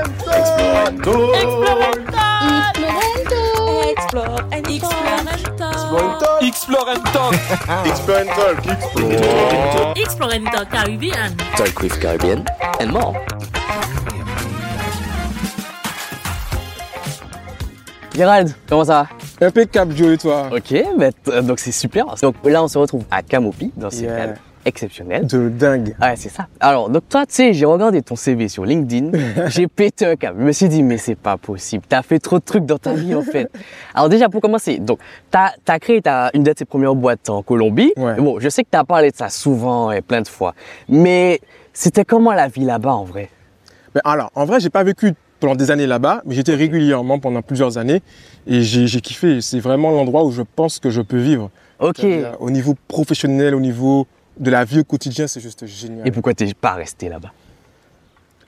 Explorenton Explorenton Explorenton Explorenton Caribbean. Talk with Caribbean and more. Gérald, comment ça Impeccable Joe et toi va Ok, bah, t- euh, donc c'est super. Donc là, on se retrouve à Camopi dans ce Yeah. cadre exceptionnel. De dingue Ouais, c'est ça. Alors, donc toi, tu sais, j'ai regardé ton CV sur LinkedIn, j'ai pété un câble. Je me suis dit, mais c'est pas possible, t'as fait trop de trucs dans ta vie en fait. Alors déjà, pour commencer, donc t'as as créé ta, une de tes premières boîtes en Colombie. Ouais. Bon, je sais que t'as parlé de ça souvent et plein de fois, mais c'était comment la vie là-bas en vrai Mais alors, en vrai, j'ai pas vécu pendant des années là-bas, mais j'étais régulièrement pendant plusieurs années et j'ai j'ai kiffé. C'est vraiment l'endroit où je pense que je peux vivre. Ok. C'est-à-dire, Au niveau professionnel, au niveau de la vie au quotidien, c'est juste génial. Et pourquoi t'es pas resté là-bas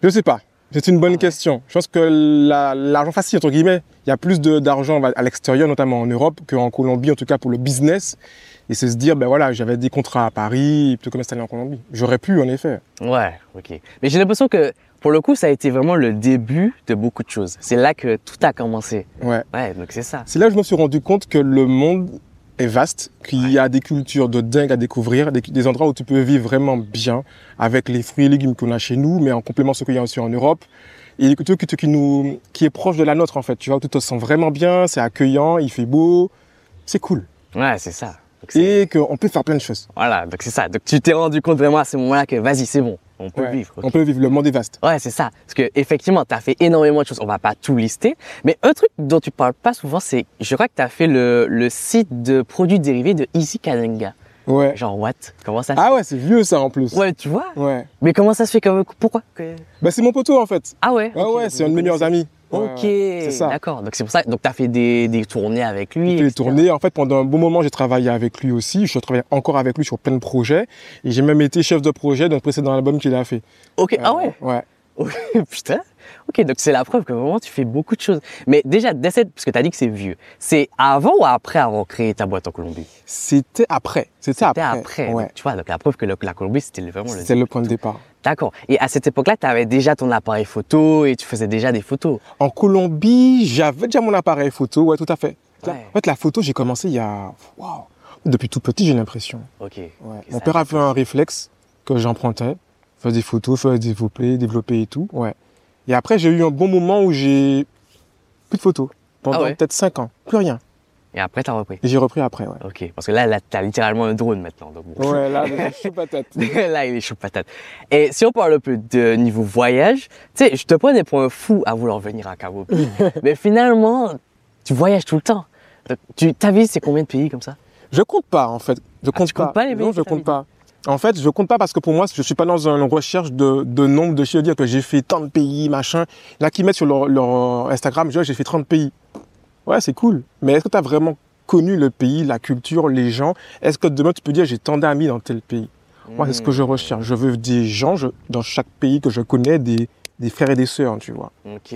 Je sais pas. C'est une bonne question. Je pense que la- l'argent facile, entre guillemets, il y a plus de- d'argent à l'extérieur, notamment en Europe, qu'en Colombie, en tout cas pour le business. Et c'est se dire, ben voilà, j'avais des contrats à Paris, et plutôt que de m'installer en Colombie. J'aurais pu, en effet. Ouais, ok. Mais j'ai l'impression que pour le coup, ça a été vraiment le début de beaucoup de choses. C'est là que tout a commencé. Ouais. Ouais, donc c'est ça. C'est là que je me suis rendu compte que le monde est vaste, qu'il y a des cultures de dingue à découvrir, des, des endroits où tu peux vivre vraiment bien avec les fruits et légumes qu'on a chez nous, mais en complément ce qu'il y a aussi en Europe. Et des cultures qui, qui nous, qui est proche de la nôtre en fait. Tu vois, où tu te sens vraiment bien, c'est accueillant, il fait beau, c'est cool. Ouais, c'est ça. Donc, c'est- Et qu'on peut faire plein de choses. Voilà, donc c'est ça. Donc tu t'es rendu compte vraiment à ce moment-là que vas-y, c'est bon, on peut Ouais. vivre. ok. On peut vivre, le monde est vaste. Ouais, c'est ça. Parce que effectivement, t'as fait énormément de choses. On va pas tout lister, mais un truc dont tu parles pas souvent, c'est je crois que t'as fait le, le site de produits dérivés de Easy Kalenga. Ouais. Genre what Comment ça se Ah ouais, c'est vieux ça en plus. fait Ouais, tu vois. Ouais. Mais comment ça se fait comme pourquoi que- Bah c'est mon poteau en fait. Ah ouais. Ouais ok, ouais, donc c'est un vous de mes meilleurs connaissez. amis. Ouais, Ok, ouais, C'est ça. d'accord. Donc c'est pour ça. Donc t'as fait des, des tournées avec lui. J'ai fait les etc.. tournées. En fait, pendant un bon moment, j'ai travaillé avec lui aussi. Je travaille encore avec lui sur plein de projets. Et j'ai même été chef de projet d'un précédent album qu'il a fait. Ok. ah Euh, ouais. Ouais. Ok, Putain. Ok, donc c'est la preuve que vraiment tu fais beaucoup de choses. Mais déjà, dès cette, parce que t'as dit que c'est vieux. C'est avant ou après avoir créé ta boîte en Colombie C'était après. C'était T'es après. après. Ouais. Donc, tu vois, donc la preuve que le- la Colombie c'était le- vraiment le. C'était le point de départ. D'accord. Et à cette époque-là, t'avais déjà ton appareil photo et tu faisais déjà des photos. En Colombie, j'avais déjà mon appareil photo. Ouais, tout à fait. La- Ouais. En fait, la photo, j'ai commencé il y a. Waouh Depuis tout petit, j'ai l'impression. Ok. Ouais. Ok, Mon ça- père avait un réflexe que j'empruntais. Faire des photos, faire développer, développer et tout. Ouais. Et après, j'ai eu un bon moment où j'ai plus de photos. Pendant Ah ouais. peut-être 5 ans. Plus rien. Et après t'as repris. Et j'ai repris après, ouais. Ok. Parce que là, là t'as littéralement un drone maintenant. Donc bon. Ouais, là, je suis patate. Là, il est chaud patate. Et si on parle un peu de niveau voyage, tu sais, je te prenais pour un fou à vouloir venir à Cabo. mais finalement, tu voyages tout le temps. Donc, Tu, ta vie, c'est combien de pays comme ça Je compte pas, en fait. Je compte Ah, tu comptes pas les Non, pays je que t'as compte pas. En fait, je compte pas parce que pour moi, je suis pas dans une recherche de, de nombre de choses, dire que j'ai fait tant de pays, machin. Il y en a qui mettent sur leur, leur euh, Instagram, genre, j'ai fait 30 pays. Ouais, c'est cool. Mais est-ce que tu as vraiment connu le pays, la culture, les gens Est-ce que demain, tu peux dire, j'ai tant d'amis dans tel pays Moi, c'est ce que Hmm. je recherche. Je veux des gens je- dans chaque pays que je connais, des, des frères et des sœurs, tu vois. Hmm, Ok.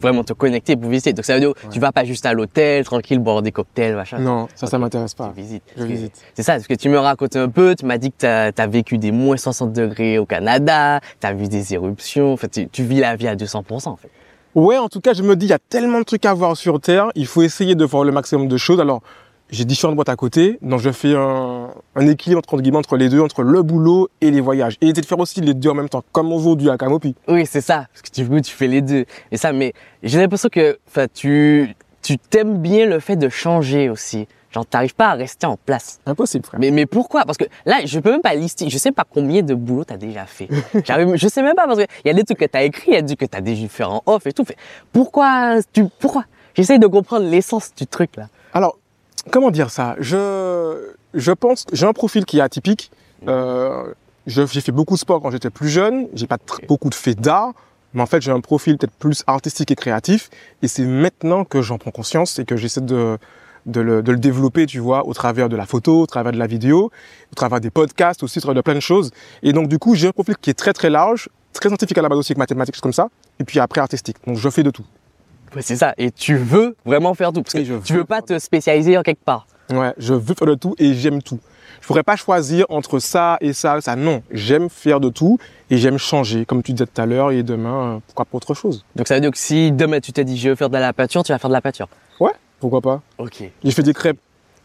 Vraiment te connecter pour visiter. Donc ça veut dire, tu vas pas juste à l'hôtel, tranquille, boire des cocktails, machin. Non, ça, ça Ah. Ok. m'intéresse pas. Tu visites. Je Parce que- visite. C'est ça, parce que tu me racontes un peu, tu m'as dit que t'as as vécu des moins 60 degrés au Canada, t'as vu des éruptions, en fait, tu, tu vis la vie à 200% en fait. Ouais, en tout cas, je me dis, il y a tellement de trucs à voir sur Terre, il faut essayer de voir le maximum de choses. Alors, j'ai différentes boîtes à côté, donc je fais un, un équilibre entre, guillemets, entre les deux, entre le boulot et les voyages. Et essayer de faire aussi les deux en même temps, comme aujourd'hui à Camopi. Oui, c'est ça, parce que du coup, tu fais les deux. Et ça, mais j'ai l'impression que enfin, tu tu t'aimes bien le fait de changer aussi. Genre, t'arrives pas à rester en place. Impossible, frère. Mais, mais pourquoi Parce que là, je peux même pas lister. Je sais pas combien de boulot t'as déjà fait. J'arrive, je sais même pas parce qu'il y a des trucs que t'as écrits, il y a des trucs que t'as déjà fait en off et tout. Fait, pourquoi tu Pourquoi J'essaye de comprendre l'essence du truc là. Alors, comment dire ça Je, je pense que j'ai un profil qui est atypique. Mmh. Euh, je- j'ai fait beaucoup de sport quand j'étais plus jeune. J'ai pas tr- beaucoup de faits d'art, mais en fait j'ai un profil peut-être plus artistique et créatif. Et c'est maintenant que j'en prends conscience et que j'essaie de de le, de le développer, tu vois, au travers de la photo, au travers de la vidéo, au travers des podcasts aussi, au travers de plein de choses. Et donc du coup, j'ai un profil qui est très très large, très scientifique à la base aussi, avec mathématiques, choses comme ça, et puis après artistique. Donc je fais de tout. Ouais, c'est ça. Et tu veux vraiment faire tout. Parce que Et je tu veux veux pas te spécialiser en quelque part. Ouais, je veux faire de tout et j'aime tout. Je pourrais pas choisir entre ça et ça, ça. Non, j'aime faire de tout et j'aime changer, comme tu disais tout à l'heure, et demain, euh, pourquoi pas autre chose Donc ça veut dire que si demain tu t'es dit je veux faire de la peinture, tu vas faire de la peinture. Pourquoi pas Ok. J'ai fait des crêpes.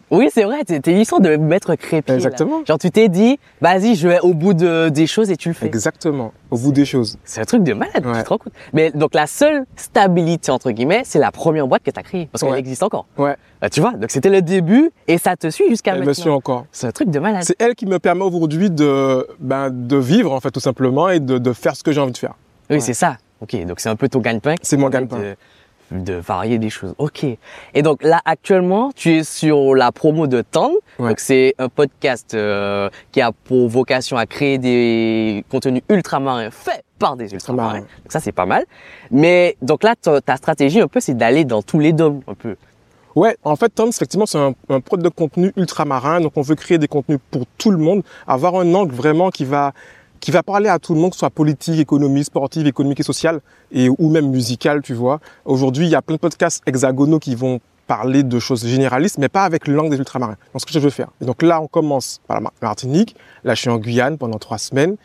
Oui, c'est vrai, t'es t'es l'histoire de maître crépier. là. Exactement. Genre tu t'es dit, vas-y, je vais au bout de, des choses et tu le fais. Exactement. Au bout des choses. Eh C'est un truc de malade, Ouais. tu te rends compte. Mais donc la seule stabilité, entre guillemets, c'est la première boîte que t'as créée, parce qu'elle Ouais. existe encore. Ouais. Bah, tu vois, donc c'était le début et ça te suit jusqu'à Elle me suit maintenant. ben, encore. C'est un truc de malade. C'est elle qui me permet aujourd'hui de, ben, de vivre, en fait, tout simplement, et de, de faire ce que j'ai envie de faire. Oui, Ouais. c'est ça. Ok, donc c'est un peu ton gagne-pain. qui C'est mon permet gagne-pain. De, euh, de varier des choses. Ok. Et donc là, actuellement, tu es sur la promo de Tang. Ouais. Donc c'est un podcast euh, qui a pour vocation à créer des contenus ultramarins faits par des ultramarins. Ultramarins. Donc ça, c'est pas mal. Mais donc là, ta, ta stratégie un peu, c'est d'aller dans tous les dômes un peu. Ouais, en fait, Tom, effectivement, c'est un, un prod de contenu ultramarin. Donc, on veut créer des contenus pour tout le monde, avoir un angle vraiment qui va qui va parler à tout le monde, que ce soit politique, économie, sportive, économique et sociale, et ou même musicale, tu vois. Aujourd'hui, il y a plein de podcasts hexagonaux qui vont parler de choses généralistes, mais pas avec l'angle des ultramarins. Donc, ce que je veux faire. Et donc là, on commence par la Mar- Martinique. Là, je suis en Guyane pendant trois semaines,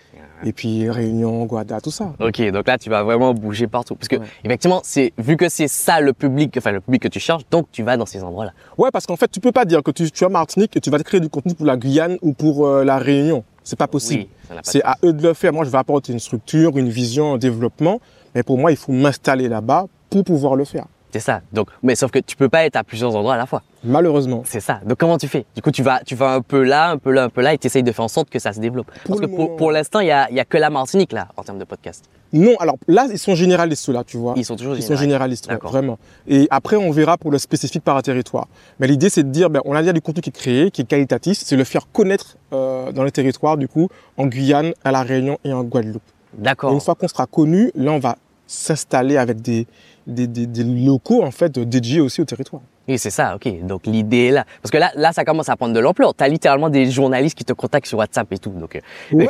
et puis Réunion, Guada, tout ça. Ok, donc là, tu vas vraiment bouger partout. Parce que, Ouais. effectivement, c'est, vu que c'est ça le public, enfin, le public que tu cherches, donc tu vas dans ces endroits-là. Ouais, parce qu'en fait, tu peux pas dire que tu, tu es en Martinique et tu vas te créer du contenu pour la Guyane ou pour euh, la Réunion. C'est pas possible. Oui, ça n'a pas de C'est à eux de le faire. Moi, je vais apporter une structure, une vision, un développement. Mais pour moi, il faut m'installer là-bas pour pouvoir le faire. C'est ça. Donc, mais sauf que tu peux pas être à plusieurs endroits à la fois. Malheureusement. C'est ça. Donc, comment tu fais Du coup, tu vas, tu vas un peu là, un peu là, un peu là, et t'essayes de faire en sorte que ça se développe. Parce le que moment- pour, pour l'instant, il y a, il y a que la Martinique là en termes de podcast. Non, alors là, ils sont généralistes, ceux-là, tu vois. Ils sont toujours. Ah, Ils sont généraux. généralistes, ouais, D'accord. vraiment. Et après, on verra pour le spécifique par territoire. Mais l'idée, c'est de dire, ben, on a déjà du contenu qui est créé, qui est qualitatif, c'est le faire connaître euh, dans les territoires, du coup, en Guyane, à La Réunion et en Guadeloupe. Et D'accord. une fois qu'on sera connu, là, on va s'installer avec des, des, des, des locaux, en fait, dédiés aussi au territoire. Oui, c'est ça. Ok. Donc l'idée est là, parce que là, là, ça commence à prendre de l'ampleur. T'as littéralement des journalistes qui te contactent sur WhatsApp et tout. Donc euh,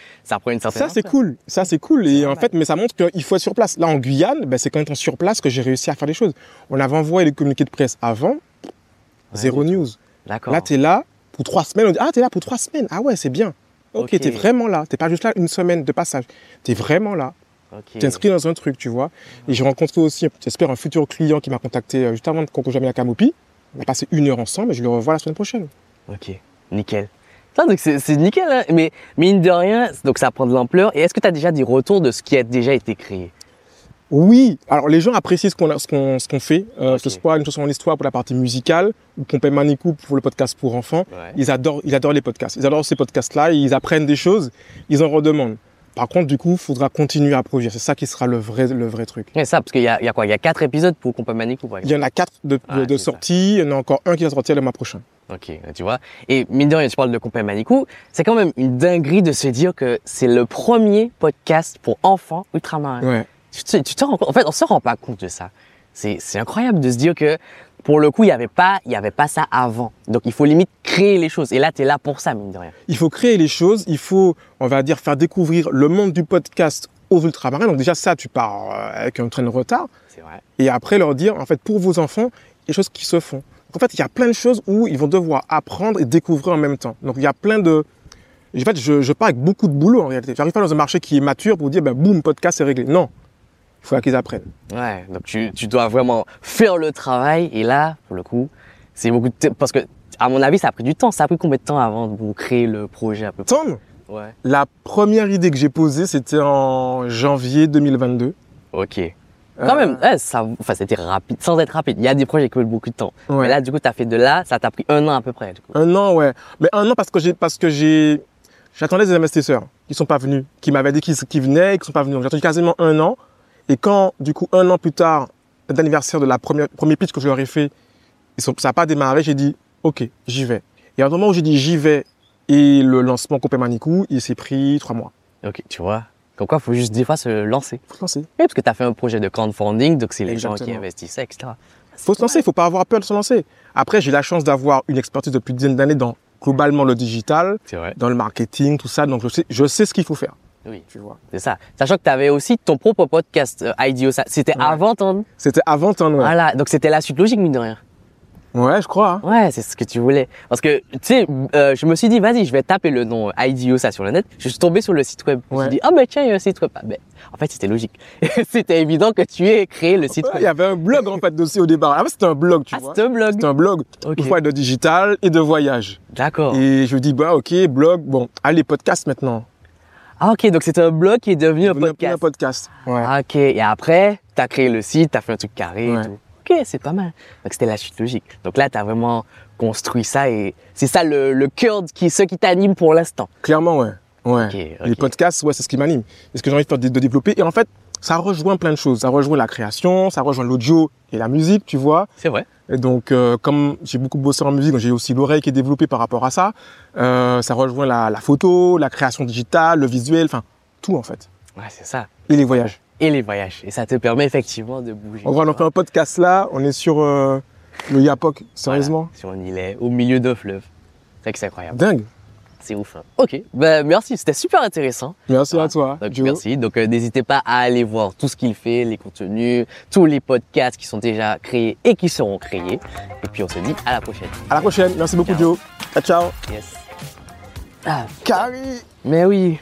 ça prend une certaine. Ça, c'est ampleur. cool. Ça, c'est cool. Et en normal. fait, mais ça montre qu'il faut être sur place. Là, en Guyane, ben, c'est quand étant sur place que j'ai réussi à faire des choses. On avait envoyé les communiqués de presse avant, zéro news. D'accord. Là, tu es là pour trois semaines. On dit, ah, tu es là pour trois semaines. Ah ouais, c'est bien. Ok, Ok. tu es vraiment là. Tu pas juste là une semaine de passage. Tu es vraiment là. Ok. Tu inscrit dans un truc, tu vois. Et j'ai rencontré aussi, j'espère, un futur client qui m'a contacté euh, juste avant de conclure jamais la Camopi. On a passé une heure ensemble et je le revois la semaine prochaine. Ok. Nickel. Ça, donc c'est c'est nickel. Hein. Mais mine de rien, donc ça prend de l'ampleur. Et est-ce que t'as déjà des retours de ce qui a déjà été créé Oui, alors les gens apprécient ce qu'on a- ce qu'on ce qu'on fait, euh, que ce Ok. soit une chanson en histoire pour la partie musicale ou qu'on paie Manicou pour le podcast pour enfants. Ouais. Ils adorent, ils adorent les podcasts. Ils adorent ces podcasts-là, ils apprennent des choses, ils en redemandent. Par contre, du coup, il faudra continuer à produire. C'est ça qui sera le vrai, le vrai truc. Ouais, ça, parce qu'il y a, il y a quoi Il y a quatre épisodes pour qu'on peut Manicou, par Il y exemple. en a quatre de, Ah, de- de c'est ça. sorties, il y en a encore un qui va sortir le mois prochain. Ok, tu vois. Et mine de rien, tu parles de Compagnie Manicou, c'est quand même une dinguerie de se dire que c'est le premier podcast pour enfants ultramarins. Ouais. Tu, te, tu te rends compte En fait, on se rend pas compte de ça. C'est, c'est incroyable de se dire que pour le coup, il n'y avait pas, il y avait pas ça avant. Donc, il faut limite créer les choses. Et là, tu es là pour ça, mine de rien. Il faut créer les choses, il faut, on va dire, faire découvrir le monde du podcast aux ultramarins. Donc déjà ça, tu pars euh, avec un train de retard. C'est vrai. et après leur dire, en fait, pour vos enfants, les choses qui se font. En fait, il y a plein de choses où ils vont devoir apprendre et découvrir en même temps. Donc, il y a plein de... En fait, je, je pars avec beaucoup de boulot en réalité. J'arrive pas dans un marché qui est mature pour dire, ben, boum, podcast, c'est réglé. Non, il faut qu'ils apprennent. Ouais, donc tu, tu dois vraiment faire le travail. Et là, pour le coup, c'est beaucoup de temps. Parce que, à mon avis, ça a pris du temps. Ça a pris combien de temps avant de vous créer le projet à peu près Tom, Ouais. la première idée que j'ai posée, c'était en janvier 2022. Ok. Euh, Quand même, ouais, ça, enfin, c'était rapide, sans être rapide. Il y a des projets qui veulent beaucoup de temps. Euh, ouais. Mais là, du coup, t'as fait de là, ça t'a pris un an à peu près. Du coup. Un an, ouais. Mais un an parce que j'ai, parce que j'ai, j'attendais des investisseurs qui sont pas venus, qui m'avaient dit qu'ils, qu'ils venaient, et qui sont pas venus. Donc, J'ai attendu quasiment un an. Et quand, du coup, un an plus tard, d'anniversaire de la première, premier pitch que je leur ai fait, ils sont, ça n'a pas démarré, j'ai dit, OK, j'y vais. Et à un moment où j'ai dit j'y vais et le lancement Copé Manicou, il s'est pris trois mois. Ok, tu vois. Comme quoi, faut juste des fois se lancer. Faut se lancer. Oui, parce que t'as fait un projet de crowdfunding, donc c'est les gens qui Exactement. investissent, etc. Faut se lancer, faut pas avoir peur de se lancer. Après, j'ai la chance d'avoir une expertise depuis une dizaine d'années dans, globalement, le digital, C'est vrai. dans le marketing, tout ça. Donc, je sais, je sais ce qu'il faut faire. Oui. Tu vois. C'est ça. Sachant que t'avais aussi ton propre podcast, euh, Idio, ça- c'était Ouais. avant ton. C'était avant ton Voilà, donc c'était la suite logique, mine de rien. Ouais, je crois. hein. Ouais, c'est ce que tu voulais. Parce que, tu sais, euh, je me suis dit, vas-y, je vais taper le nom IDEO, ça, sur le net. Je suis tombé sur le site web. Je me Ouais. suis dit, ah, ben tiens, il y a un site web. Ah, ben, en fait, c'était logique. c'était évident que tu aies créé le site Ouais, Il y web. avait un blog en fait aussi au départ. Ah, c'était un blog, tu Ah, vois. c'est un blog. C'était un blog. Ok. Oh. Une fois de digital et de voyage. D'accord. Et je dis bah ok blog. Bon, allez podcast maintenant. Ah, ok, donc c'est un blog qui est devenu un Vous n'avez plus Un podcast. podcast. Ouais. Ah, ok. Et après, t'as créé le site, t'as fait un truc carré et Ouais. tout. Ok, c'est pas mal. Donc c'était la suite logique. Donc là, t'as vraiment construit ça et c'est ça le, le cœur de- qui, ce qui t'anime pour l'instant. Clairement ouais. Ouais. Ok, ok. Les podcasts, ouais, c'est ce qui m'anime. C'est ce que j'ai envie de, faire, de développer. Et en fait, ça rejoint plein de choses. Ça rejoint la création, ça rejoint l'audio et la musique, tu vois. C'est vrai. Et donc, euh, comme j'ai beaucoup bossé en musique, donc j'ai aussi l'oreille qui est développée par rapport à ça. Euh, ça rejoint la, la photo, la création digitale, le visuel, enfin, tout en fait. Ouais, c'est ça. Et les voyages. Et les voyages. Et ça te permet effectivement de bouger. En vrai, on fait un podcast là, on est sur euh, le Yapok, Voilà. sérieusement. Si on y est, au milieu d'un fleuve. C'est vrai que c'est incroyable. Dingue. C'est ouf. hein. Ok. Ben, merci. C'était super intéressant. Merci Ah, à toi, Donc, Joe. merci. Donc, euh, n'hésitez pas à aller voir tout ce qu'il fait, les contenus, tous les podcasts qui sont déjà créés et qui seront créés. Et puis, on se dit à la prochaine. À la prochaine. Merci beaucoup, Ciao. Joe. Ciao, ciao. Yes. Ah, Carrie. mais oui.